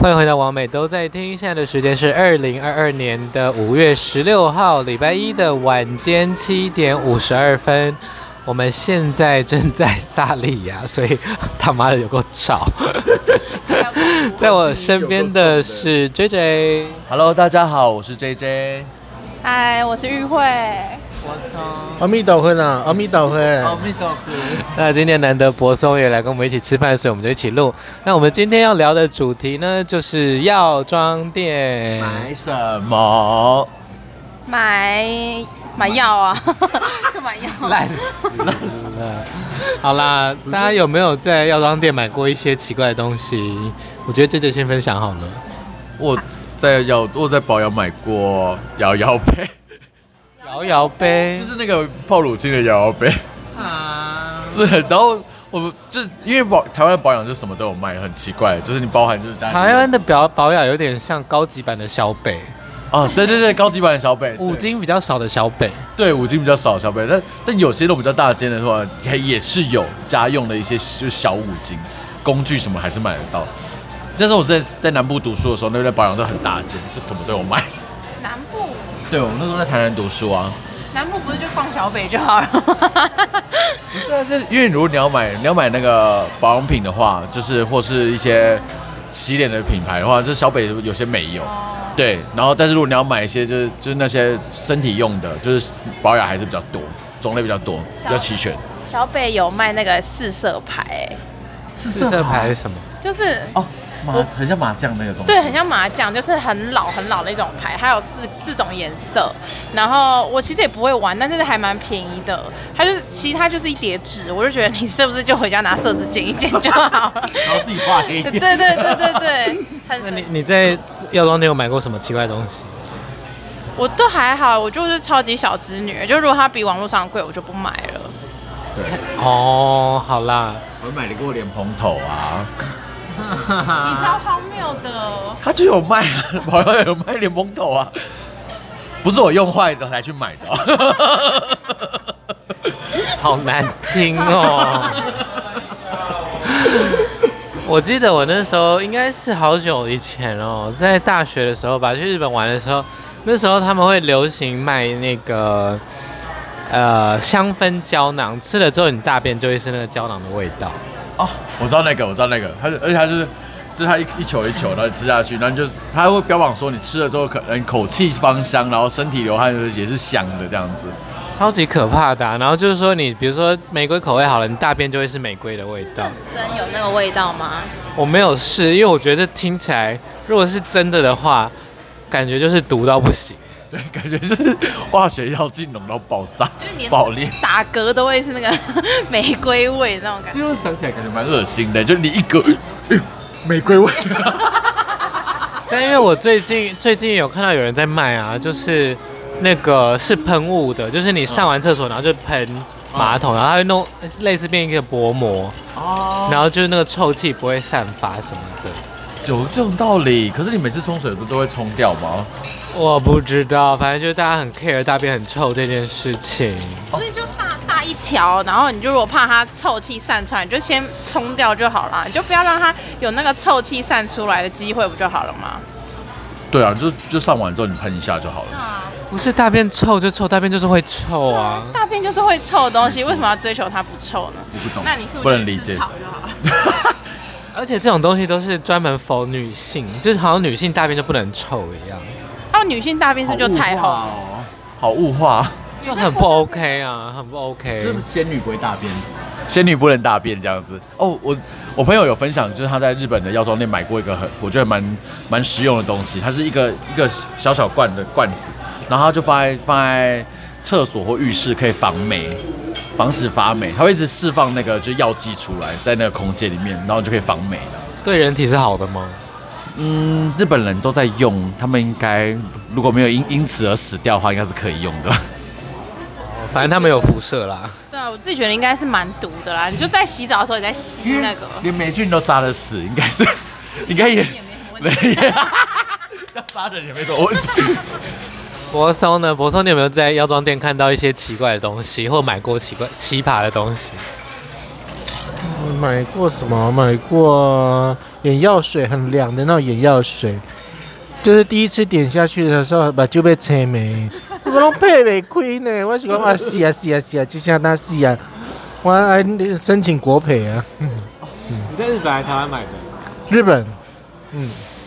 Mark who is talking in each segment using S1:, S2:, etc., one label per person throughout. S1: 欢迎回到王美都在听，现在的时间是二零二二年的五月十六号礼拜一的晚间七点五十二分。我们现在正在萨利亚，所以他妈的有够吵。 在我身边的是 J J，
S2: Hello，大家好，我是 JJ。
S3: 嗨，我是玉慧。
S2: 我操！
S4: 阿弥陀佛啦，阿弥陀佛。
S2: 阿弥陀佛。
S1: 那今天难得柏松也来跟我们一起吃饭，所以我们就一起录。那我们今天要聊的主题呢，就是药妆店。
S2: 买什么？
S3: 买买药 啊，就买药。
S1: 烂死了！好啦，大家有没有在药妆店买过一些奇怪的东西？我觉得这就先分享好了。
S2: 我在瑶，我在宝瑶买过摇 摇杯，
S1: 摇摇杯，
S2: 就是那个泡乳清的摇摇杯。
S1: 啊，
S2: 是，然后我们就因为保台湾的保养就什么都有卖，很奇怪，就是你包含就是家里
S1: 台湾的表保养有点像高级版的小北，
S2: 啊，对对对，高级版的小北，对
S1: 五金比较少的小北。
S2: 对五金比较少的小北，但但有些那种比较大间的话，也也是有家用的一些就是小五金工具什么还是买得到。但是我在在南部读书的时候，那边的保养都很大间，就什么都有卖。
S3: 南部，
S2: 对，我们那时候在台南读书啊，
S3: 南部不是就放小北就好了？
S2: 不是啊，就是因为如果你要买你要买那个保养品的话，就是或是一些洗脸的品牌的话，就是小北有些没有，对。然后但是如果你要买一些就是就是那些身体用的，就是保养还是比较多，种类比较多，比较齐全。
S3: 小北有卖那个四色牌、欸
S1: 四色牌是什么？
S3: 就是
S2: 哦，麻
S3: 我
S2: 很像麻将那个东西，
S3: 对，很像麻将，就是很老很老的一种牌，它有四四种颜色。然后我其实也不会玩，但是还蛮便宜的。它就是其实它就是一叠纸，我就觉得你是不是就回家拿色纸剪一剪就好 了？
S2: 然后自己画黑
S3: 对对对对对，
S1: 那
S3: 很神
S1: 你
S3: 奇
S1: 你在药妆店有买过什么奇怪的东西？
S3: 我都还好，我就是超级小资女，就如果它比网络上贵，我就不买了。
S2: 对，
S1: 哦，好啦，
S2: 我买了过莲蓬头啊，
S3: 你超荒谬的，
S2: 他就有卖啊， 保养有卖莲蓬头啊，不是我用坏的才去买的哦、
S1: 好难听哦。 我记得我那时候应该是好久以前哦，在大学的时候吧，去日本玩的时候，那时候他们会流行卖那个呃香氛胶囊，吃了之后你大便就会是那个胶囊的味道。
S2: 哦， 我知道那个，我知道那个，它是，而且它就是，就是它一一球一球，然后你吃下去，然后你就是它会标榜说你吃了之后可能口气芳香，然后身体流汗也是香的这样子。
S1: 超级可怕的啊、然后就是说你，比如说玫瑰口味好了，你大便就会是玫瑰的味道。
S3: 真有那个味道吗？
S1: 我没有试，因为我觉得这听起来，如果是真的的话，感觉就是毒到不行。
S2: 对，感觉就是化学药剂浓到爆炸，
S3: 就是你
S2: 爆裂。
S3: 打嗝都会是那个 玫瑰味那种感觉。
S2: 就是想起来感觉蛮恶心的，就你一个、哎呦 玫瑰味，
S1: 但因为我最近最近有看到有人在卖啊，就是那个是喷雾的，就是你上完厕所然后就喷马桶，然后它会弄呃类似变一个薄膜，
S2: 哦，
S1: 然后就是那个臭气不会散发什么的。
S2: 有这种道理。可是你每次冲水不都会冲掉吗？
S1: 我不知道，反正就是大家很 care 大便很臭这件事情。
S3: 所以就大大一条，然后你就如果怕它臭气散出来，你就先冲掉就好啦，你就不要让它有那个臭气散出来的机会，不就好了吗？
S2: 对啊，就就上完之后你喷一下就好了。
S1: 不是大便臭就臭，大便就是会臭啊。
S3: 大便就是会臭的东西，为什么要追求它不臭呢？
S2: 我不懂，
S3: 那你是不
S2: 不
S3: 是
S2: 能理
S3: 就吃
S2: 解。
S3: 草就好了？
S1: 而且这种东西都是专门否女性，就是好像女性大便就不能臭一样，
S3: 那女性大便是不是就彩虹？
S2: 哦啊好物化，
S1: 就很不 OK 啊，很不 OK。
S2: 欸仙女不会大便，仙女不能大便这样子。哦，我我朋友有分享，就是他在日本的药妆店买过一个很我觉得蛮蛮实用的东西，它是一个一个小小罐的罐子，然后他就放在放在厕所或浴室可以防霉，防止发霉，它会一直释放那个就是药剂出来在那个空间里面，然后你就可以防霉了。
S1: 对人体是好的吗？
S2: 嗯，日本人都在用，他们应该如果没有因因此而死掉的话，应该是可以用的。
S1: 反正他们有辐射啦。
S3: 对啊，我自己觉得应该是蛮毒的啦。你就在洗澡的时候也在吸那个，
S2: 连霉菌都杀得死，应该是， 应该也
S3: 也没什么问
S2: 没
S3: 题。
S2: 要杀人也没什么问题。
S1: 博松呢？博松，你有没有在药妆店看到一些奇怪的东西，或买过奇怪奇葩的东西？我买过什么？买过眼药水，很凉的那种眼药水，就是第一次点下去的时候，把就被吹没，我拢配袂开呢。我是讲啊，是啊，是啊，是啊，就像那是啊，我还申请国赔啊。
S4: 你在日本还是台湾买的？
S1: 日本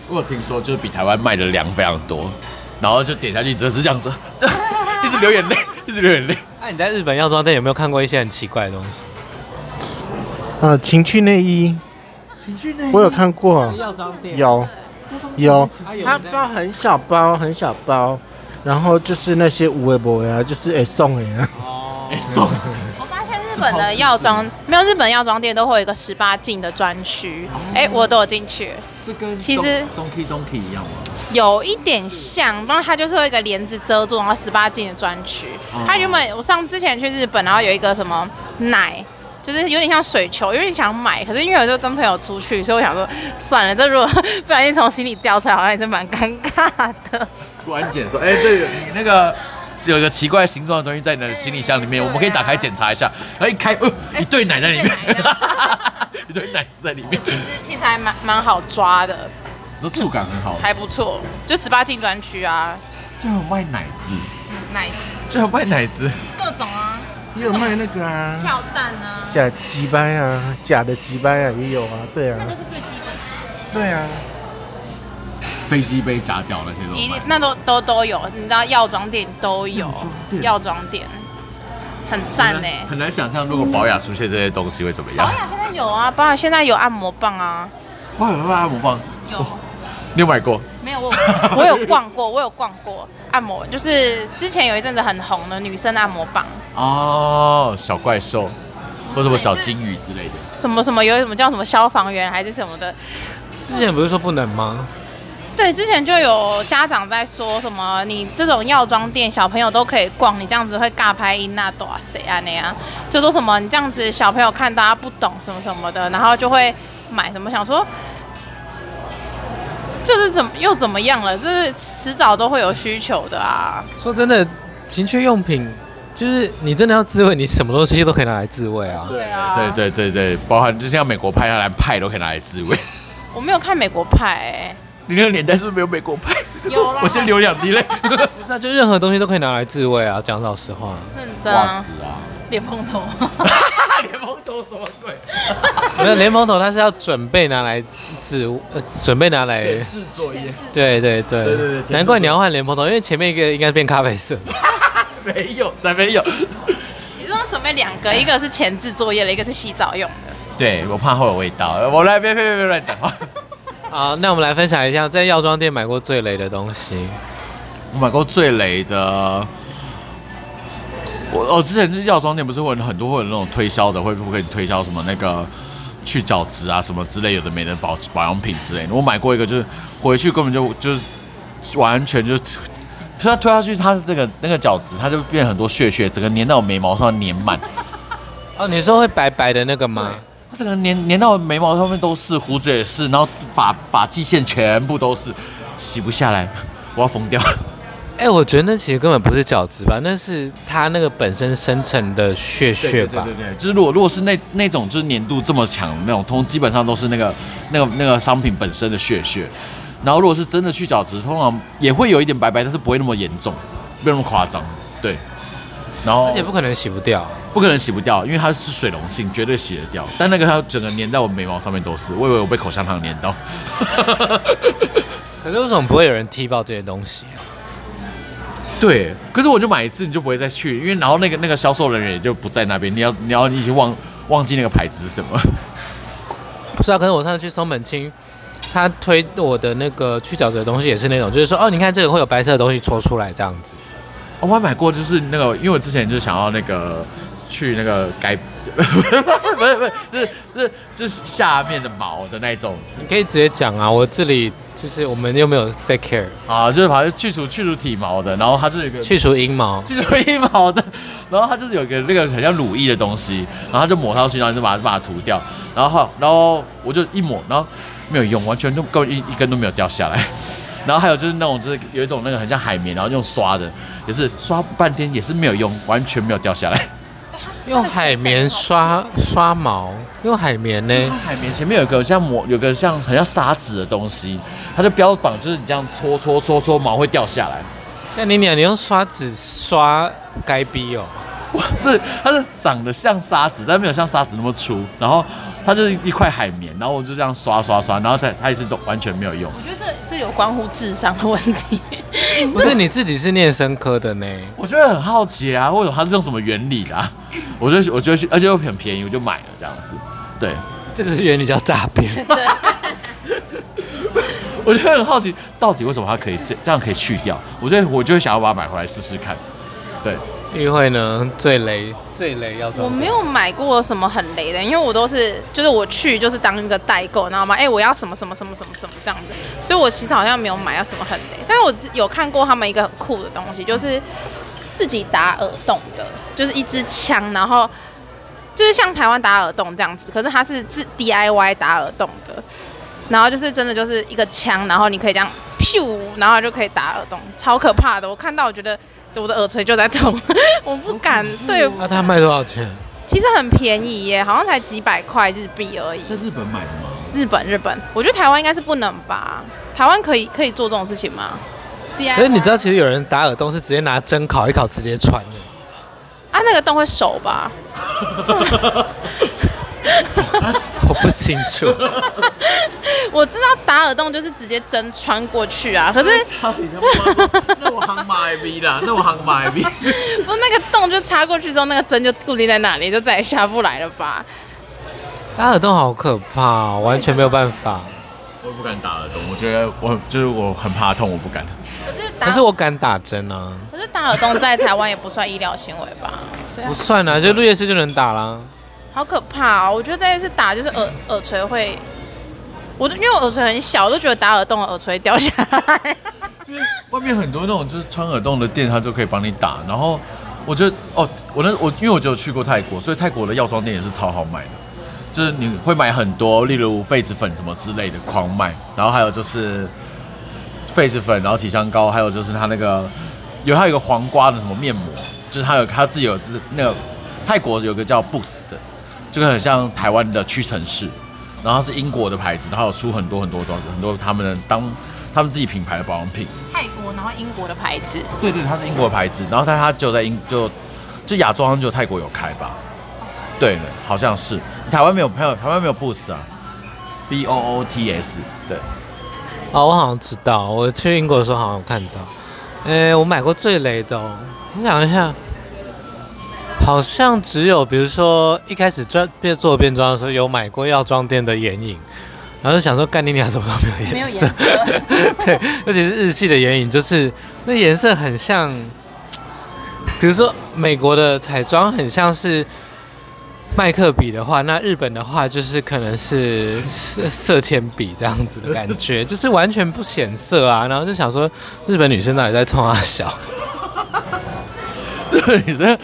S2: 我有听说就是比台湾卖的凉非常多，然后就点下去只是这样子， 一直流眼泪，一直流眼泪。
S1: 那、哎你在日本药妆店有没有看过一些很奇怪的东西？啊，情趣内衣，
S4: 情趣内
S1: 我有看过，
S4: 药妆店，
S1: 有有，
S4: 啊有
S1: 它
S4: 人在
S1: 包很小包，很小包，然后就是那些无为博呀，就是哎送哎啊，
S4: 哦，
S2: 哎送
S3: 我发现日本的药妆没有日本药妆店都会有一个十八禁的专区，哎、我都有进去，
S2: 哦是跟
S3: 其实
S2: Donkey Donkey 一样哦吗？
S3: 有一点像，然后它就是会有一个帘子遮住，然后十八禁的专区。
S2: 哦
S3: 它原本我上之前去日本，然后有一个什么奶。就是有点像水球，有点想买，可是因为我就跟朋友出去，所以我想说算了，这如果 不小心从心里掉出来，好像也是蛮尴尬的。
S2: 突然检 说，哎、这个你那个有一个奇怪形状的东西在你的行李箱里面，
S3: 对啊
S2: 我们可以打开检查一下。然后一开，呃，一堆奶在里面
S3: 一堆奶，
S2: 一堆奶在里
S3: 就
S2: 面
S3: 其，实其实还蛮蛮好抓的，
S2: 那触感很好。
S3: 还不错，就十八禁专区啊，
S2: 就有卖奶子，
S3: 奶
S2: 就有卖奶子，
S3: 各种啊，
S1: 也有卖那个啊，
S3: 跳蛋啊，
S1: 假鸡掰啊，假的鸡掰啊也有啊，对
S3: 那
S1: 啊
S3: 个，是最基本的。
S1: 对啊，
S2: 飞机杯炸掉那些都
S3: 一定
S2: 卖。
S3: 那都都都有，你知道药妆店都有
S2: 药妆，店
S3: 药妆店很赞呢、
S2: 很难想象，如果保养出现这些东西会怎么
S3: 保
S2: 样。
S3: 养现在有啊，保养现在有按摩棒啊，
S2: 哇，按摩棒，
S3: 有
S2: 你有买过？
S3: 没有我有 我有逛过，我有逛过按摩，就是之前有一阵子很红的女生按摩棒，
S2: 哦，小怪兽，或什么小金鱼之类的。
S3: 什么什么有什么叫什么消防员还是什么的，
S1: 之前不是说不能吗？
S3: 对，之前就有家长在说什么，你这种药妆店小朋友都可以逛，你这样子会尬拍音那多谁啊那样，就说什么你这样子小朋友看大家不懂什么什么的，然后就会买什么，想说就是怎么又怎么样了，就是迟早都会有需求的啊。
S1: 说真的，情趣用品就是你真的要自慰，你什么东西都可以拿来自慰啊。
S3: 对啊
S2: 对对对对，包含就像美国派，他连派都可以拿来自 慰。
S3: 我没有看美国派、
S2: 你那个脸蛋是不是没有美国派？
S3: 有啊啦
S2: 我先流两滴泪。
S1: 不是啊，就任何东西都可以拿来自慰啊。讲老实话，
S3: 欸，认真啊，
S2: 啊！
S3: 脸碰头。
S2: 连蒙头什么鬼？
S1: 没有联盟头它是要准备拿来自呃准备拿来
S2: 制作业
S1: 对对对
S2: 对对对
S1: 难怪你要换莲蓬头，因为前面一个应该变咖啡色。
S2: 没有，才没有。
S3: 你说要准备两个，一个是前置作业的，一个是洗澡用的。
S2: 对我怕会有味道，我来别别别别乱讲话。
S1: 好，那我们来分享一下在药妆店买过最雷的东西。
S2: 我买过最雷的。我我、之前去药妆店不是会有很多会有那种推销的，会不会推销什么那个去角质啊什么之类，有的没的保保养品之类的。我买过一个，就是回去根本就就是完全就推它推下去，它是那个那个角质，它就变很多屑屑，整个粘到我眉毛上粘满，
S1: 哦，你说会白白的那个吗？
S2: 它整个粘粘到我眉毛上面都是，胡子也是，然后发发际线全部都是，洗不下来，我要疯掉。
S1: 哎、我觉得那其实根本不是角质吧，那是它那个本身生成的屑屑吧。
S2: 对对对对就是如果如果是那那种就是粘度这么强的那种，通基本上都是那个那个那个商品本身的屑屑。然后如果是真的去角质，通常也会有一点白白，但是不会那么严重，没有那么夸张。对，然后
S1: 而且不可能洗不掉。
S2: 不可能洗不掉，因为它是水溶性，绝对洗得掉。但那个它整个粘在我眉毛上面都是，我以为我被口香糖粘到。
S1: 可是为什么不会有人踢爆这些东西啊？
S2: 对，可是我就买一次，你就不会再去，因为然后那个那个销售人员也就不在那边，你要你要你已经忘忘记那个牌子是什么。
S1: 不是啊，可是我上次去松本清，他推我的那个去角质的东西也是那种，就是说哦，你看这个会有白色的东西戳出来这样子。
S2: 哦我还买过，就是那个，因为我之前就是想要那个去那个改，不是不是不是，就是就是就是下面的毛的那一种
S1: 你可以直接讲啊，我这里就是我们又没有 set care
S2: 啊，就是把它去除去除体毛的，然后它就是有一个
S1: 去除阴毛。
S2: 去除阴毛的，然后它就是有一个那个很像乳液的东西，然后它就抹上去，然后就把它把它涂掉，然后然后我就一抹，然后没有用，完全都根本一一根都没有掉下来。 然后还有就是那种就是有一种那个很像海绵，然后用刷的，也是刷半天也是没有用，完全没有掉下来。
S1: 用海绵刷刷毛，用海绵呢？
S2: 海绵前面有个像膜，有个像很像砂纸的东西，它的标榜就是你这样搓搓搓搓毛会掉下来，
S1: 但你娘，你用刷子刷该逼哦。
S2: 哇，是它是长得像砂纸，但没有像砂纸那么粗，然后它就是一块海绵，然后我就这样刷刷刷，然后它它也是都完全没有用。
S3: 我觉得这这有关乎智商的问题。
S1: 不是你自己是念生科的呢？
S2: 我觉得很好奇啊，为什么它是用什么原理啦、我就我就去，而且又很便宜，我就买了这样子。对，
S1: 这个原理叫诈骗。
S3: 对，
S2: 我就很好奇，到底为什么它可以这这样可以去掉？我就我就会想要把它买回来试试看。对，
S1: 玉慧呢？最雷最雷要
S3: 我
S1: 装。
S3: 没有买过什么很雷的，因为我都是就是我去就是当一个代购，你知道吗？哎、我要什么什么什么什么什么这样子，所以我其实好像没有买到什么很雷，但是我只有看过他们一个很酷的东西，就是自己打耳洞的，就是一支枪，然后就是像台湾打耳洞这样子，可是它是自 DIY 打耳洞的，然后就是真的就是一个枪，然后你可以这样咻，然后就可以打耳洞，超可怕的。我看到我觉得我的耳垂就在痛， 我不敢对。
S1: 那他卖多少钱？
S3: 其实很便宜耶，好像才几百块日币而已。
S2: 日本买的吗？
S3: 日本，日本，我觉得台湾应该是不能吧？台湾可以可以做这种事情吗？啊
S1: 可是你知道，其实有人打耳洞是直接拿针烤一烤，直接穿的。
S3: 啊，那个洞会熟吧？
S1: 我不清 楚，
S3: 我知道打耳洞就是直接针穿过去
S1: 嗯
S3: 啊，可是
S2: 操你他妈！那我行买 V 啦，那我行买 V。
S3: 不是那个洞就插过去之后，那个针就固定在那里，就再也下不来了吧？
S1: 打耳洞好可怕、哦，完全没有办法。
S2: 我不敢打耳洞，我觉得我很就是我很怕痛，我不敢。
S3: 可是打，
S1: 可是我敢打针啊，
S3: 可是打耳洞在台湾也不算医疗行为吧？所以
S1: 不算啊，就录夜市就能打啦。
S3: 好可怕哦！我觉得这一次打就是耳耳垂会，我都因为我耳垂很小，我都觉得打耳洞耳垂掉下来。
S2: 因为外面很多那种就是穿耳洞的店，它就可以帮你打。然后我觉得哦，我那我因为我只有去过泰国，所以泰国的药妆店也是超好买的，就是你会买很多，例如痱子粉什么之类的狂卖，然后还有就是痱子粉，然后体香膏，还有就是它那个有它有一个黄瓜的什么面膜，就是它有它自己有就是那个泰国有个叫 Boost 的，这个很像台湾的屈臣氏，然后它是英国的牌子，然后有出很多很多东西，很多他们的当他们自己品牌的保养品。
S3: 泰国，然后英国的牌子，
S2: 对对，它是英国的牌子，然后但它就在英就就亚洲好像只有泰国有开吧？对对，好像是台湾没有，没有台湾没有 Boost 啊，B O O T S 对，
S1: 哦，我好像知道，我去英国的时候好像有看到。诶，我买过最雷的、哦，我想一下，好像只有比如说一开始专变做变装的时候有买过药妆店的眼影，然后就想说干你娘怎么都没有
S3: 没
S1: 颜
S3: 有
S1: 色
S3: 颜，色。
S1: 对，而且是日系的眼影，就是那颜色很像，比如说美国的彩妆很像是麦克笔的话，那日本的话就是可能是色色铅笔这样子的感觉，就是完全不显色啊。然后就想说，日本女生到底在冲啊小？
S2: 对，女生，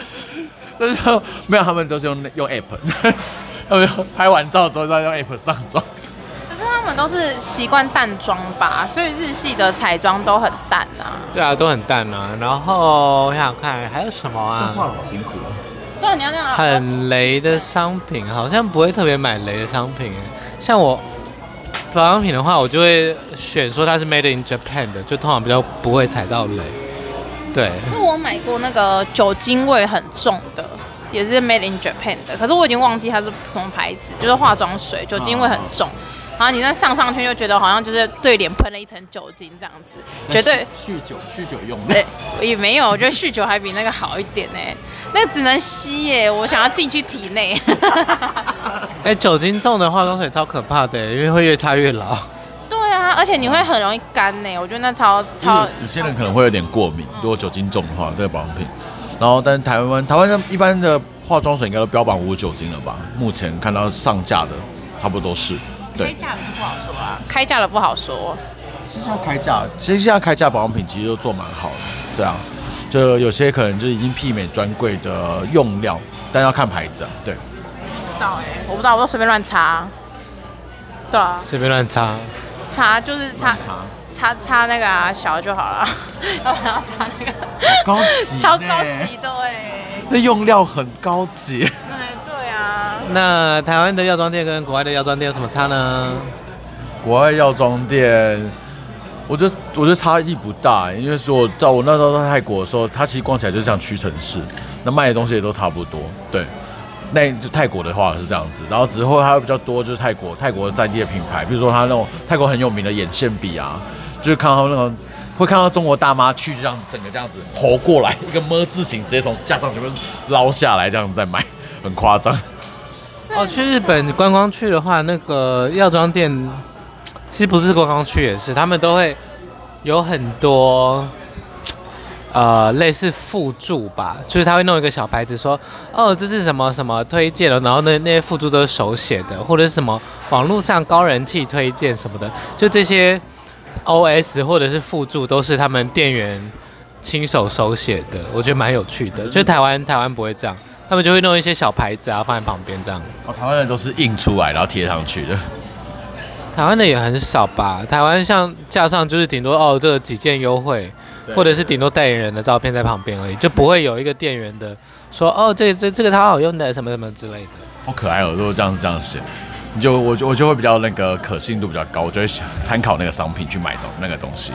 S2: 但是没有，他们都是用用 App，他 们拍完照之后再用 App 上妆。
S3: 可是他们都是习惯淡妆吧，所以日系的彩妆都很淡啊。
S1: 对啊，都很淡啊。然后我想想看还有什么啊？
S2: 好辛苦啊！
S3: 不然你要这样，啊
S1: 很雷的商品，好像不会特别买雷的商品耶。像我保养品的话，我就会选说它是 made in Japan 的，就通常比较不会踩到雷。对，
S3: 那我买过那个酒精味很重的，也是 Made in Japan 的，可是我已经忘记它是什么牌子，就是化妆水，酒精味很重。然后你那上上去就觉得好像就是对脸喷了一层酒精这样子，绝对
S2: 酗酒�ють酒用的
S3: 对，也没有，我觉得酗酒还比那个好一点呢、那个只能吸耶、我想要进去体内。
S1: 哎、酒精重的化妆水超可怕的耶，因为会越擦越老。
S3: 对啊，而且你会很容易干呢、我觉得那超超
S2: 有些人可能会有点过敏，如果酒精重的话，这个保养品。然后，但是台湾台湾的一般的化妆水应该都标榜无酒精了吧？目前看到上架的差不多是，对，
S3: 价的不好说啊，开价的不好说。
S2: 其实要开价，其实现在开价保养品其实都做蛮好的，这样，就有些可能就已经媲美专柜的用料，但要看牌子啊，对。
S3: 不知道哎、我不知道，我都随便乱查。对啊，
S1: 随便乱擦，
S3: 查就是查查查那个、 啊、小就好了，要不然要查那个
S2: 高级呢
S3: 超高级的哎、
S2: 那用料很高级。
S3: 哎，对啊，
S1: 那台湾的药妆店跟国外的药妆店有什么差呢？
S2: 国外药妆店，我觉得我觉得差异不大，因为说我在我那时候在泰国的时候，它其实逛起来就像屈臣氏，那卖的东西也都差不多。对，那就泰国的话是这样子，然后之后还有比较多就是泰国泰国在地的品牌，比如说它那种泰国很有名的眼线笔啊，就是看到那种。会看到中国大妈去这样子，整个这样子猴过来，一个么字形，直接从架上全部捞下来，这样子再买，很夸张。
S1: 哦，去日本观光去的话，那个药妆店其实不是观光去，也是他们都会有很多呃类似附注吧，就是他会弄一个小牌子说，哦，这是什么什么推荐的，然后那那些附注都是手写的，或者是什么网络上高人气推荐什么的，就这些 OS 或者是附注都是他们店员亲手手写的，我觉得蛮有趣的。就台湾台湾不会这样，他们就会弄一些小牌子啊放在旁边这样。
S2: 哦，台湾人都是印出来然后贴上去的。
S1: 台湾的也很少吧？台湾像架上就是顶多哦，这个几件优惠，或者是顶多代言人的照片在旁边而已，就不会有一个店员的说哦，这这这个超好用的，什么什么之类的。
S2: 好可爱哦！如果这样子这样写，你就我就我就会比较那个可信度比较高，我就会想参考那个商品去买东那个东西。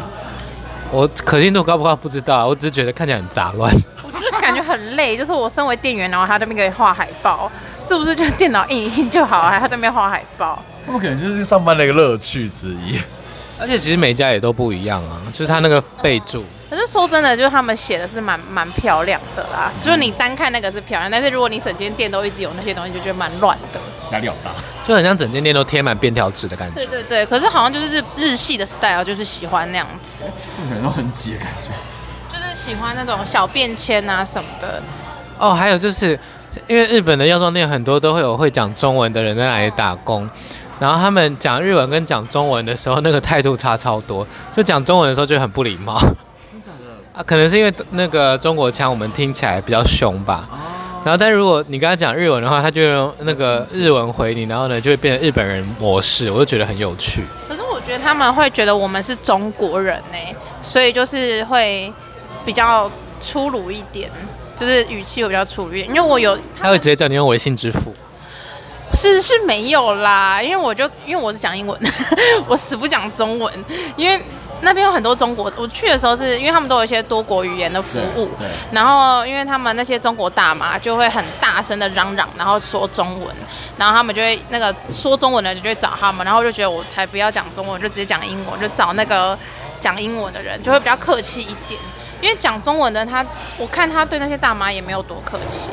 S1: 我可信度高不高不知道啊，我只是觉得看起来很杂乱。
S3: 我就是感觉很累，就是我身为店员，然后他在那边给你画海报，是不是就电脑印一印就好啊？他在那边画海报，
S2: 他们可能就是上班的一个乐趣之一。
S1: 而且其实每家也都不一样啊，就是它那个备注。
S3: 可是说真的，就是他们写的是蛮蛮漂亮的啦，就是你单看那个是漂亮，但是如果你整间店都一直有那些东西，就觉得蛮乱的。
S2: 压力好大。
S1: 就很像整间店都贴满便条纸的感
S3: 对
S1: 觉。
S3: 对对，可是好像就是日日系的 style，就是喜欢那样子，
S2: 他们可能都很挤的感觉。
S3: 就是喜欢那种小便签啊什么的。
S1: 哦，还有就是因为日本的药妆店很多都会有会讲中文的人在那里打工，然后他们讲日文跟讲中文的时候，那个态度差超多。就讲中文的时候就很不礼貌。啊，可能是因为那个中国腔我们听起来比较凶吧。然后，但如果你跟他讲日文的话，他就用那个日文回你，然后呢就会变成日本人模式，我就觉得很有趣。
S3: 可是我觉得他们会觉得我们是中国人呢、所以就是会比较粗鲁一点，就是语气会比较粗鲁一点。因为我有
S1: 他会直接叫你用微信支付。
S3: 是是没有啦，因为我就因为我是讲英文， 我死不讲中文，因为那边有很多中国。我去的时候是因为他们都有一些多国语言的服务
S2: 对对，
S3: 然后因为他们那些中国大妈就会很大声的嚷嚷，然后说中文，然后他们就会那个说中文的就会找他们，然后我就觉得我才不要讲中文，我就直接讲英文，就找那个讲英文的人，就会比较客气一点。因为讲中文的他，我看他对那些大妈也没有多客气。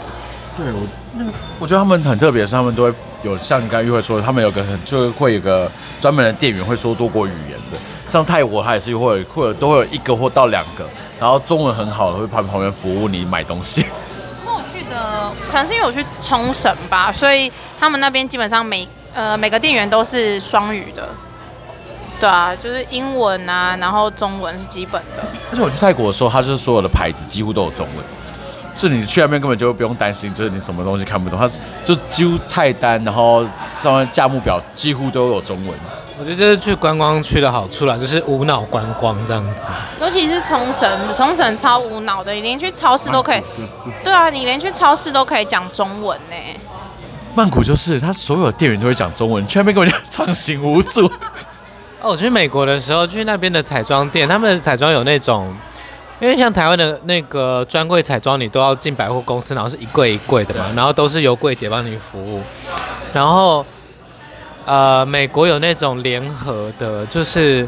S2: 对我那个，我觉得他们很特别，是他们都会有像你刚才玉慧说的，他们有个很就会有个专门的店员会说多国语言的，像泰国他也是会有会有都会有一个或到两个，然后中文很好的会旁旁边服务你买东西。
S3: 那我去的可能是因为我去冲绳吧，所以他们那边基本上每呃每个店员都是双语的。对啊，就是英文啊，然后中文是基本的。
S2: 而且我去泰国的时候，它就是所有的牌子几乎都有中文，就你去那边根本就不用担心，就是你什么东西看不懂，它是就几乎菜单，然后上面价目表几乎都有中文。
S1: 我觉得这是去观光区的好处啦，就是无脑观光这样子。
S3: 尤其是冲绳，冲绳超无脑的，你连去超市都可以。
S1: 嗯
S3: 对啊，你连去超市都可以讲中文呢、
S2: 曼谷就是它所有的店员都会讲中文，你去那边根本就畅行无阻。
S1: 哦，我去美国的时候，去那边的彩妆店，他们的彩妆有那种，因为像台湾的那个专柜彩妆，你都要进百货公司，然后是一柜一柜的嘛，然后都是由柜姐帮你服务。然后，呃，美国有那种联合的，就是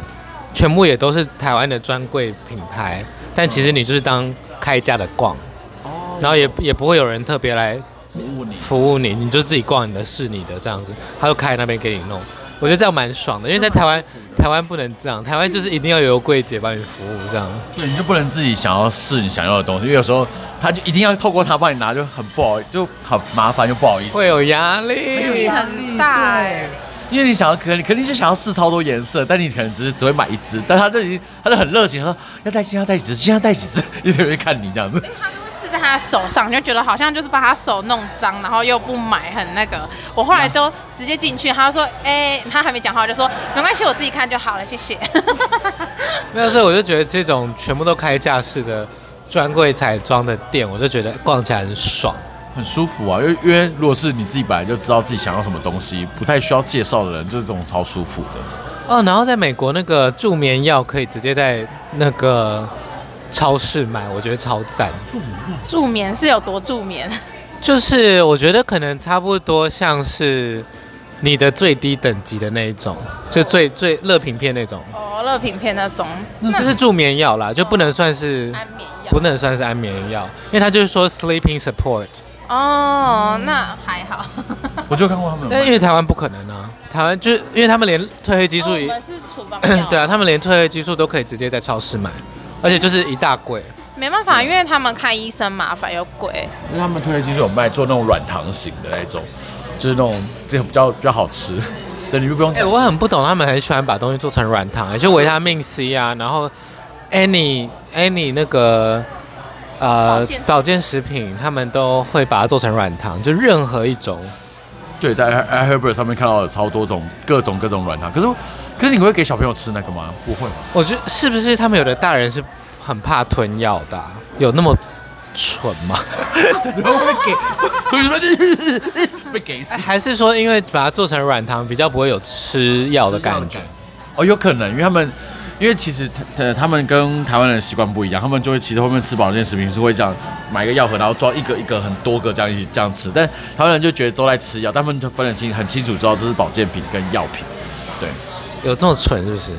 S1: 全部也都是台湾的专柜品牌，但其实你就是当开价的逛，然后也也不会有人特别来哦服务你，你就自己逛你的试你的这样子，他就开那边给你弄。我觉得这样蛮爽的，因为在台湾，台湾不能这样，台湾就是一定要有柜姐帮你服务这样。
S2: 对，你就不能自己想要试你想要的东西，因为有时候他就一定要透过他帮你拿，就很不好，就很麻烦又不好意思。
S1: 会有压
S3: 压力
S1: 力，
S3: 很大哎、
S2: 因为你想要，可能你肯定是想要试超多颜色，但你可能只是只会买一支，但他这里他就很热情，他说要带几支，要带几支，今天要带几支， 一直会看你这样子。
S3: 是在他的手上，你就觉得好像就是把他手弄脏，然后又不买，很那个。我后来都直接进去，他说：“哎、他还没讲话，我就说没关系，我自己看就好了，谢谢。
S1: 没有，所以我就觉得这种全部都开架式的专柜彩妆的店，我就觉得逛起来很爽。
S2: 很舒服啊，因为因为如果是你自己本来就知道自己想要什么东西，不太需要介绍的人，就是这种超舒服 的。
S1: 哦，然后在美国那个助眠药可以直接在那个超市买，我觉得超赞。
S3: 助眠是有多助眠？
S1: 就是我觉得可能差不多像是你的最低等级的那一种，就最最乐品片那种，
S3: 哦，乐品片那种，那
S1: 就是助眠药啦，就不能算是
S3: 安眠药
S1: 不能算是安眠药，因为它就是说 sleeping support，
S3: 哦，那还好。
S2: 我就看过他们
S1: 但
S2: 有
S1: 因为台湾不可能啊，台湾就是因为他们连褪黑激素
S3: 哦
S1: 也
S3: 我们是处方药，
S1: 对啊，他们连褪黑激素都可以直接在超市买，而且就是一大柜。
S3: 没办法，因为他们看医生麻烦又贵。
S2: 因为他们推荐就是有卖做那种软糖型的那种，就是那种这个比较比较好吃， 对，你就不用
S1: 哎、我很不懂，他们很喜欢把东西做成软糖、就维他命 C 啊，然后 any any 那个呃
S3: 保健食品
S1: 保健食品，他们都会把它做成软糖，就任何一种。
S2: 对在 i h e r b e r 上面看到有超多种各种各种软糖，可是可是你会给小朋友吃那个吗？不 会，
S1: 我觉得是不是他们有的大人是很怕吞药的啊、有那么蠢吗？
S2: 然后会给，同 学们被给死
S1: 哎还是说因为把它做成软糖，比较不会有吃药的感觉？
S2: 哦，有可能，因为他们，因为其实他他们跟台湾人习惯不一样，他们就会其实后面吃保健食品是会这样买一个药盒，然后装一个一个很多个这样一起这样吃，但台湾人就觉得都在吃药，但他们就分得清很清楚知道这是保健品跟药品。对，
S1: 有这么蠢是不是？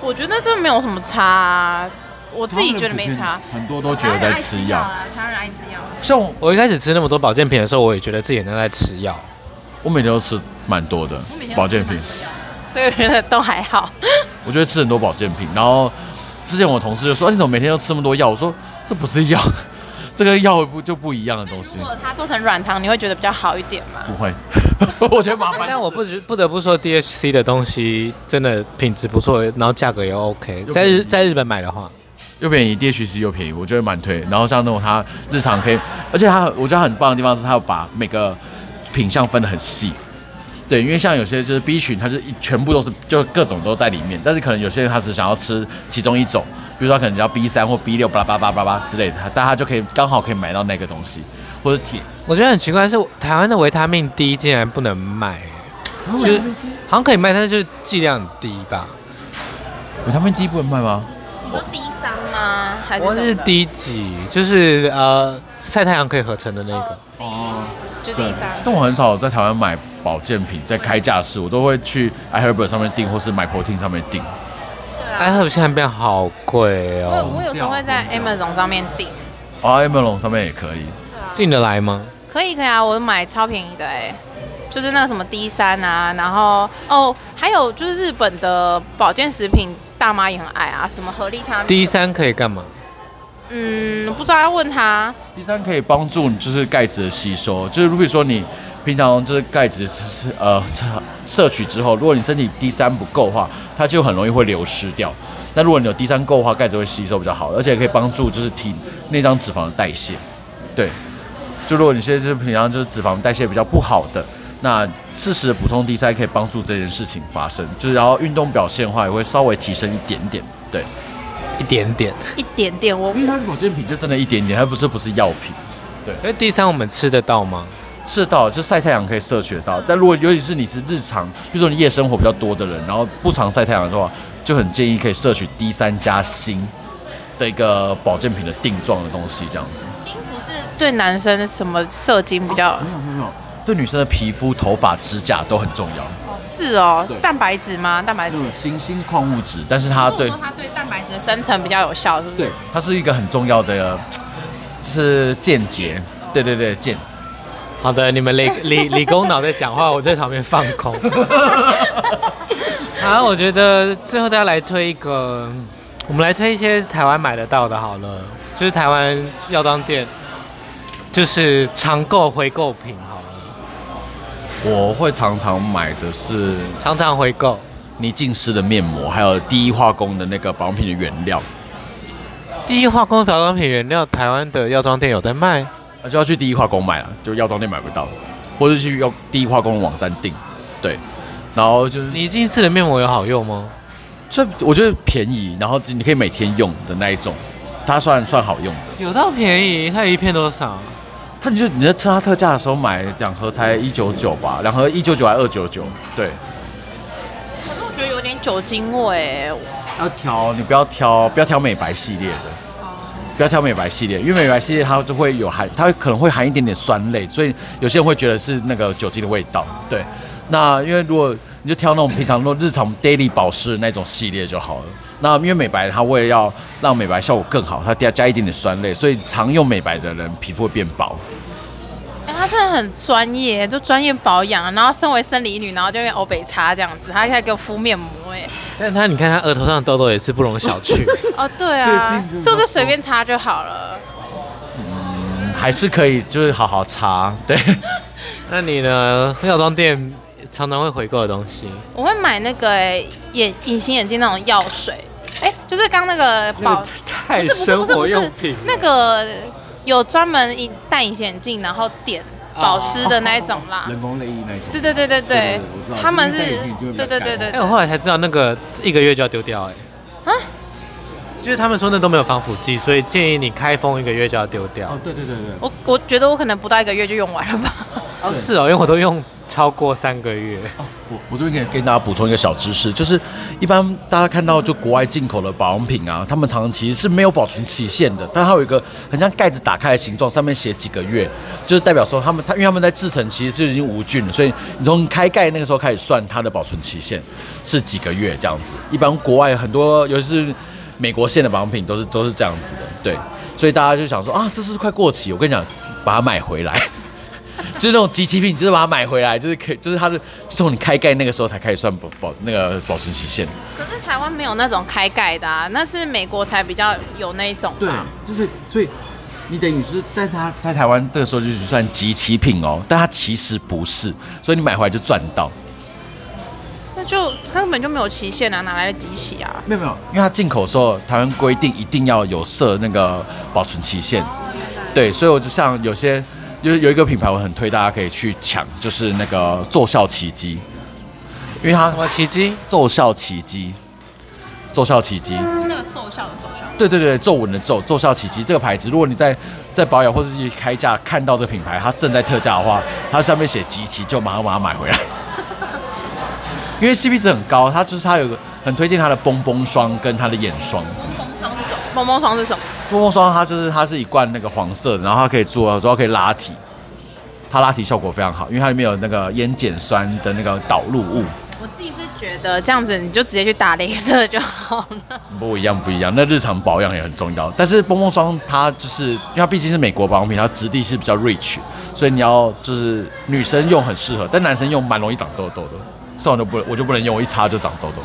S3: 我觉得这没有什么差啊，我自己觉得没差。，哎
S2: 很多都觉得在吃药。
S3: 台湾人爱吃药。
S2: 像我，
S1: 我一开始吃那么多保健品的时候，我也觉得自己很像在吃药。
S2: 我每天都吃蛮多的保健品，，
S3: 所以我觉得都还好。
S2: 我就会吃很多保健品。然后之前我同事就说：“啊、你怎么每天都吃那么多药？”我说：“这不是药， 这个药不就不一样的东西
S3: 如。果它做成软糖，你会觉得比较好一点吗”？
S2: 不会， 我觉得麻烦。
S1: 哎但我不知不得不说，DHC 的东西真的品质不错，然后价格也 OK。
S2: 又
S1: 在
S2: 便宜
S1: 日在日本买的话，
S2: 又便宜，DHC 又便宜，我觉得蛮推。然后像那种它日常可以，而且它很我觉得它很棒的地方是它有把每个品相分得很细。对，因为像有些就是 B 群，它就是一全部都是就各种都在里面，但是可能有些人他只想要吃其中一种，比如说他可能要 B 三或 B 六，巴拉巴拉巴拉巴拉之类的，但他就可以刚好可以买到那个东西，或者铁，
S1: 我觉得很奇怪，是台湾的维他命 D 竟然不能卖，就是好像可以卖，但是就是剂量很低吧。
S2: 维他命 D 不能卖吗？
S3: 你说低三吗？哦还是
S1: 我是
S3: 低
S1: 低几，就是呃晒太阳可以合成的那个。
S3: 低，就低三。
S2: 但我很少在台湾买保健品，在开架式，我都会去 iHerb 上面订，或是买 Protein 上面订。
S1: 哎，它现在变好贵
S3: 我我
S1: 哦，
S3: 有时候会在 Amazon 上面订，
S2: 哦 a m a l o n 上面也可以。
S1: 进得来吗？
S3: 可以可以啊，我买超便宜的哎、就是那个什么 D 三啊，然后哦，还有就是日本的保健食品，大妈也很爱啊，什么合力汤
S1: D，三可以干嘛？
S3: 嗯，不知道要问他，
S2: 第三可以帮助你就是钙质的吸收，就是如果说你平常就是钙质吃吃呃吃摄取之后，如果你身体 D 三不够的话，它就很容易会流失掉。那如果你有 D 三够的话，钙质会吸收比较好，而且可以帮助就是体内脏脂肪的代谢。对，就如果你现在是平常就是脂肪代谢比较不好的，那适时的补充 D 三可以帮助这件事情发生。就是然后运动表现的话，也会稍微提升一点点。对，
S1: 一点点。
S3: 一点点我
S2: 因为它是保健品，就真的一点点，它不是不是药品。
S1: 哎，D 三我们吃得到吗？
S2: 吃得到，就晒太阳可以摄取得到。但如果尤其是你是日常，比如说你夜生活比较多的人，然后不常晒太阳的话，就很建议可以摄取 D 三加锌的一个保健品的定状的东西，这样子。
S3: 锌不是对男生什么射精比较、
S2: 有没有，对女生的皮肤、头发、指甲都很重要。
S3: 是哦
S2: 对，
S3: 蛋白质吗？蛋白质。
S2: 锌锌矿物质，但是它对
S3: 如果说它对蛋白质的生成比较有效，是不是？
S2: 对，它是一个很重要的，呃就是间接。对对对，间。
S1: 好的，你们理 理理工脑在讲话，我在旁边放空。啊，我觉得最后大家来推一个，我们来推一些台湾买得到的好了，就是台湾药妆店，就是常购回购品好了，
S2: 我会常常买的是
S1: 常常回购。
S2: 泥净师的面膜，还有第一化工的那个保养品的原料。
S1: 第一化工调妆品原料，台湾的药妆店有在卖，
S2: 啊那就要去第一化工买了，就药妆店买不到，或者去用第一化工的网站订。对，然后就是你
S1: 你近视的面膜有好用吗？
S2: 这我觉得便宜，然后你可以每天用的那一种，它算算好用的。
S1: 有到便宜，它一片多少？
S2: 它就你在趁它特价的时候买两盒才一九九吧，两盒一九九还二九九，对。
S3: 可是我觉得有点酒精味，
S2: 要挑，你不要挑，不要挑美白系列的，
S3: 哦
S2: 不要挑美白系列，因为美白系列它就会有含，它可能会含一点点酸类，所以有些人会觉得是那个酒精的味道。对，那因为如果你就挑那种平常那种日常 daily 保湿的那种系列就好了。那因为美白它为了要让美白效果更好，它加加一点点酸类，所以常用美白的人皮肤会变薄。
S3: 哎、他真的很专业，就专业保养，然后身为生理女，然后就用欧北茶这样子，他还给我敷面膜、哎，
S1: 但它你看它额头上的痘痘也是不容小觑。
S3: 哦，对啊，
S4: 最近就是
S3: 不是随便擦就好了？
S2: 嗯，还是可以就是好好擦，对，
S1: 那你呢？药妆店常常会回购的东西，
S3: 我会买那个、哎眼隐形眼镜那种药水，哎、就是刚那个保，
S4: 太
S3: 不是不
S4: 生
S3: 是不
S4: 活
S3: 是
S4: 用
S3: 不
S4: 品
S3: 是，那个有专门隐戴隐形眼镜，然后点
S4: 哦
S3: 保湿的那一种啦。
S2: 工泪液那种
S3: 对对对对对
S2: 对我知道，
S3: 他们
S2: 就是戴眼镜就会
S3: 是，对
S2: 比较
S3: 对
S2: 干
S3: 对对
S1: 哎、我后来才知道那个一个月就要丢掉、哎，
S3: 啊
S1: 就是他们说那都没有防腐剂，所以建议你开封一个月就要丢掉。
S4: 哦，对对对对，
S3: 我我觉得我可能不到一个月就用完了 吧。
S1: 哦，是哦，因为我都用超过三个月。
S2: 我我这边可以跟大家补充一个小知识，就是一般大家看到就国外进口的保养品啊，他们常常其实是没有保存期限的，但它有一个很像盖子打开的形状，上面写几个月，就是代表说他们它因为他们在制成其实就已经无菌了，所以你从开盖那个时候开始算它的保存期限是几个月这样子。一般国外很多尤其是美国线的保养品都是都是这样子的，对，所以大家就想说啊，这是不是快过期，我跟你讲，把它买回来。就是那种集齐品，就是把它买回来，就是可以，就是它的，就从你开盖那个时候才开始算保保那个保存期限。
S3: 可是台湾没有那种开盖的啊，那是美国才比较有那一种
S2: 对
S3: 吧？
S2: 就是所以你等于是，但它在台湾这个时候就是算集齐品哦，但它其实不是，所以你买回来就赚到。
S3: 那就根本就没有期限啊，哪来的集齐啊？
S2: 没有没有，因为它进口的时候，台湾规定一定要有设那个保存期限，对，所以我就像有些有有一个品牌，我很推大家可以去抢，就是那个奏效奇迹，因为它
S1: 什么奇迹？
S2: 奏效奇迹，奏效奇迹。
S3: 是那个奏效的奏效。
S2: 对对对，皱纹的皱，奏效奇迹这个牌子，如果你在在保养或者是开价看到这个品牌，它正在特价的话，它上面写集齐，就马上把它买回来。 因为 CP 值很高，它就是它有个很推荐它的蹦蹦霜跟它的眼霜。
S3: 蓬蓬霜 是什么？蓬蓬霜是什么？
S2: 蹦蹦霜它就是它是一罐那个黄色的，然后它可以做，主要可以拉提，它拉提效果非常好，因为它里面有那个烟碱酸的那个导入物。
S3: 我自己是觉得这样子你就直接去打镭射就好了。
S2: 不一样不一样，那日常保养也很重要。但是蹦蹦霜它就是因为它毕竟是美国保养品，它质地是比较 rich，所以你要就是女生用很适合，但男生用蛮容易长痘痘的。像我就不我就不能用，我一擦就长痘痘。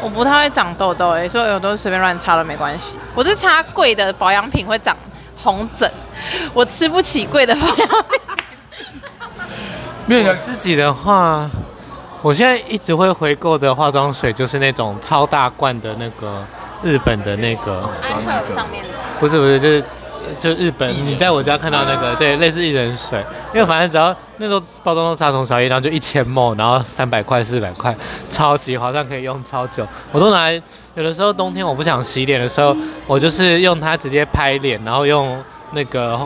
S3: 我不太会长痘痘哎、欸，所以我都随便乱擦了没关系。我是擦贵的保养品会长红疹，我吃不起贵的保养 品。
S2: 没有
S1: 我自己的话，我现在一直会回购的化妆水就是那种超大罐的那个日本的那个，
S3: iHerb 上面的
S1: 不是不是，就是就日本，你在我家看到那个，对，类似一人水，因为反正只要那时候包装都杀虫小叶，然后就一千毛，然后三百块四百块，超级划算，可以用超久。我都拿来，有的时候冬天我不想洗脸的时候，我就是用它直接拍脸，然后用那个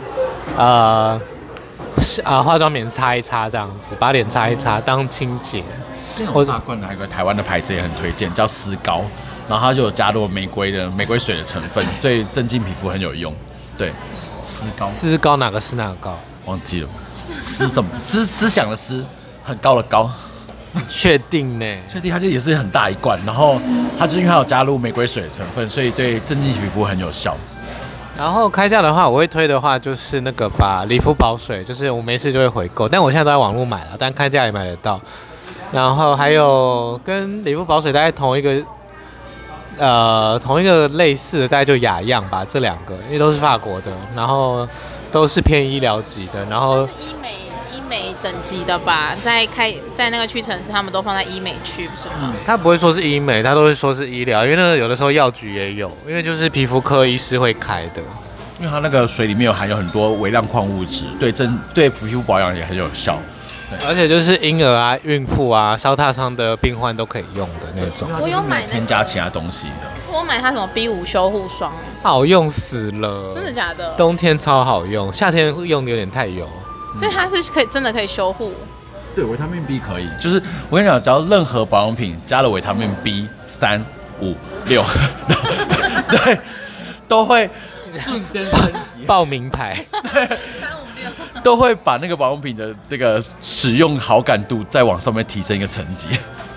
S1: 呃是啊、化妆棉擦一擦，这样子把脸擦一擦当清洁。
S2: 我大罐的还有个台湾的牌子也很推荐，叫思高，然后它就有加入玫瑰的玫瑰水的成分，对增进皮肤很有用。对，思高
S1: 丝膏哪个是哪个膏？
S2: 忘记了，思什么思思想的思，很高的高。
S1: 确定呢？
S2: 确定，它就也是很大一罐，然后它就是因为它有加入玫瑰水的成分，所以对增进皮肤很有效。
S1: 然后开价的话，我会推的话就是那个吧，理肤宝水，就是我没事就会回购，但我现在都在网络买了，但开价也买得到。然后还有跟理肤宝水大概同一个，呃，同一个类似的，大概就雅漾吧，这两个，因为都是法国的，然后都是偏医疗级的，然后
S3: 医美医美等级的吧，在开在那个屈臣氏他们都放在医美区，不是吗？
S1: 他不会说是医美，他都会说是医疗，因为那个有的时候药局也有，因为就是皮肤科医师会开的。
S2: 因为它那个水里面有含有很多微量矿物质，对增对皮肤保养也很有效。
S1: 而且就是婴儿啊、孕妇啊、烧烫伤的病患都可以用的那种，
S3: 我有买那个
S2: 添加其他东西的。
S3: 我买它什么 B 五修护霜，
S1: 好用死了，
S3: 真的假的？
S1: 冬天超好用，夏天用的有点太油。
S3: 所以它是可以真的可以修护。
S2: 对，维他命 B 可以，就是我跟你讲，只要任何保养品加了维他命 B 三五六， 对，都会瞬间升级，
S1: 报名牌，
S3: 三五六，
S2: 都会把那个保养品的这个使用好感度再往上面提升一个层级。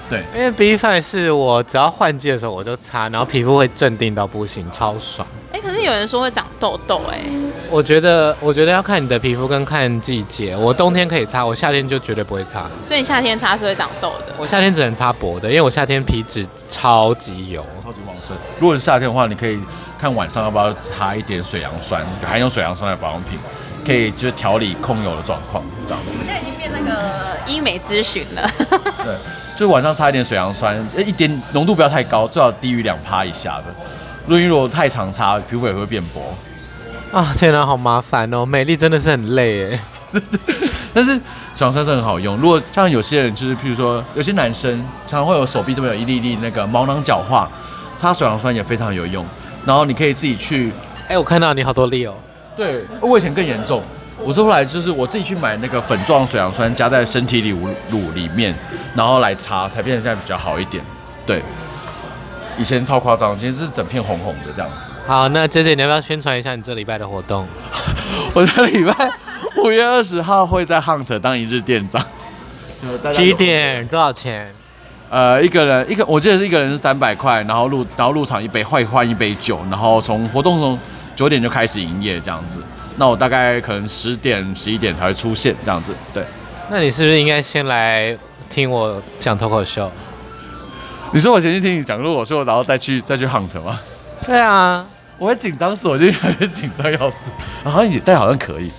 S2: 对，
S1: 因为 B Five 是我只要换季的时候我就擦，然后皮肤会镇定到不行，超爽。
S3: 哎、可是有人说会长痘痘、哎，
S1: 我觉得，我觉得要看你的皮肤跟看季节。我冬天可以擦，我夏天就绝对不会擦。
S3: 所以你夏天擦是会长痘的。
S1: 我夏天只能擦薄的，因为我夏天皮脂超级油。
S2: 超级旺盛。如果是夏天的话，你可以看晚上要不要擦一点水杨酸，有含有水杨酸的保养品，可以就是调理控油的状况，这样子。
S3: 我现在已经变那个医美咨询了，
S2: 对，就晚上擦一点水杨酸，呃一点浓度不要太高，最好低于两趴以下的。如果你如果太常擦，皮肤也会变薄。
S1: 啊，天哪，好麻烦哦！美丽真的是很累哎。
S2: 但是水杨酸是很好用。如果像有些人就是，譬如说有些男生常常会有手臂这边有一粒粒那个毛囊角化，擦水杨酸也非常有用。然后你可以自己去，
S1: 哎、我看到你好多粒哦。
S2: 对我以前更严重，我是后来就是我自己去买那个粉状水杨酸加在身体里乳乳里面，然后来擦才变得现在比较好一点。对，以前超夸张，其实是整片红红的这样子。
S1: 好，那姐姐你要不要宣传一下你这礼拜的活动？
S2: 我这礼拜五月二十号会在 Hunt 当一日店长，就大家有
S1: 几？点？多少钱？
S2: 呃，一个人一个，我记得是一个人是三百块，然后入然后入场一杯换换一杯酒，然后从活动从九点就开始营业这样子。那我大概可能十点十一点才会出现这样子，对。
S1: 那你是不是应该先来听我讲脱口秀？
S2: 你说我前去听你讲脱口秀，然后再去再去 Hunt 吗？
S1: 对啊，
S2: 我会紧张死，我就越来越紧张要死。啊好像也但好像可以，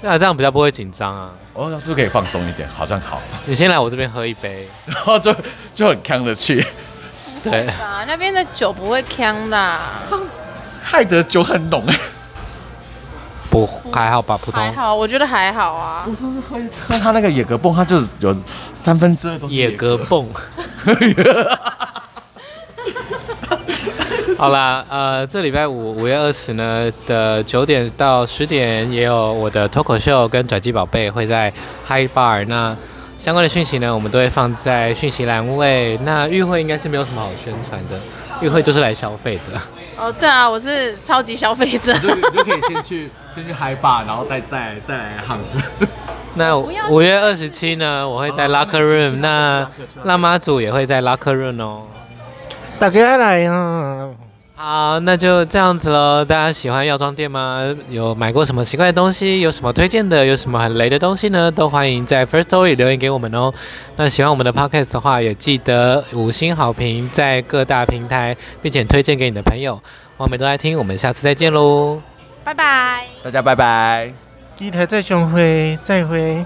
S1: 对啊，这样比较不会紧张啊。
S2: 哦，那是不是可以放松一点？好像好，
S1: 你先来我这边喝一杯。
S2: 然后就就很康的去。
S1: 对，
S3: 啊，那边的酒不会呛啦，
S2: 害得酒很浓哎、
S1: 不还好吧，普
S3: 还
S1: 通。
S3: 好，我觉得还好啊。
S2: 我上次喝喝他那个野格泵，他就是有三分之二都是
S1: 野格 泵。 好啦，呃，这礼拜五五月二十呢的九点到十点也有我的脱口秀跟转机宝贝会在 Hi Bar。那相关的讯息呢，我们都会放在讯息栏位。那与会应该是没有什么好宣传的，与会就是来消费的。
S3: 哦，对啊，我是超级消费者。
S2: 就你就可以先去先去嗨吧，然后再再再来 hunt。
S1: 那
S3: 不要
S1: 五月二十七呢，我会在 Locker Room，那辣妈组也会在 Locker Room 哦。大家来呀！好，那就这样子喽。大家喜欢药妆店吗？有买过什么奇怪的东西？有什么推荐的？有什么很雷的东西呢？都欢迎在 First Story 留言给我们哦。那喜欢我们的 Podcast 的话，也记得五星好评，在各大平台，并且推荐给你的朋友。我们都爱听，我们下次再见喽。
S3: 拜拜。
S2: 大家拜拜。
S5: 期待再相会，再会。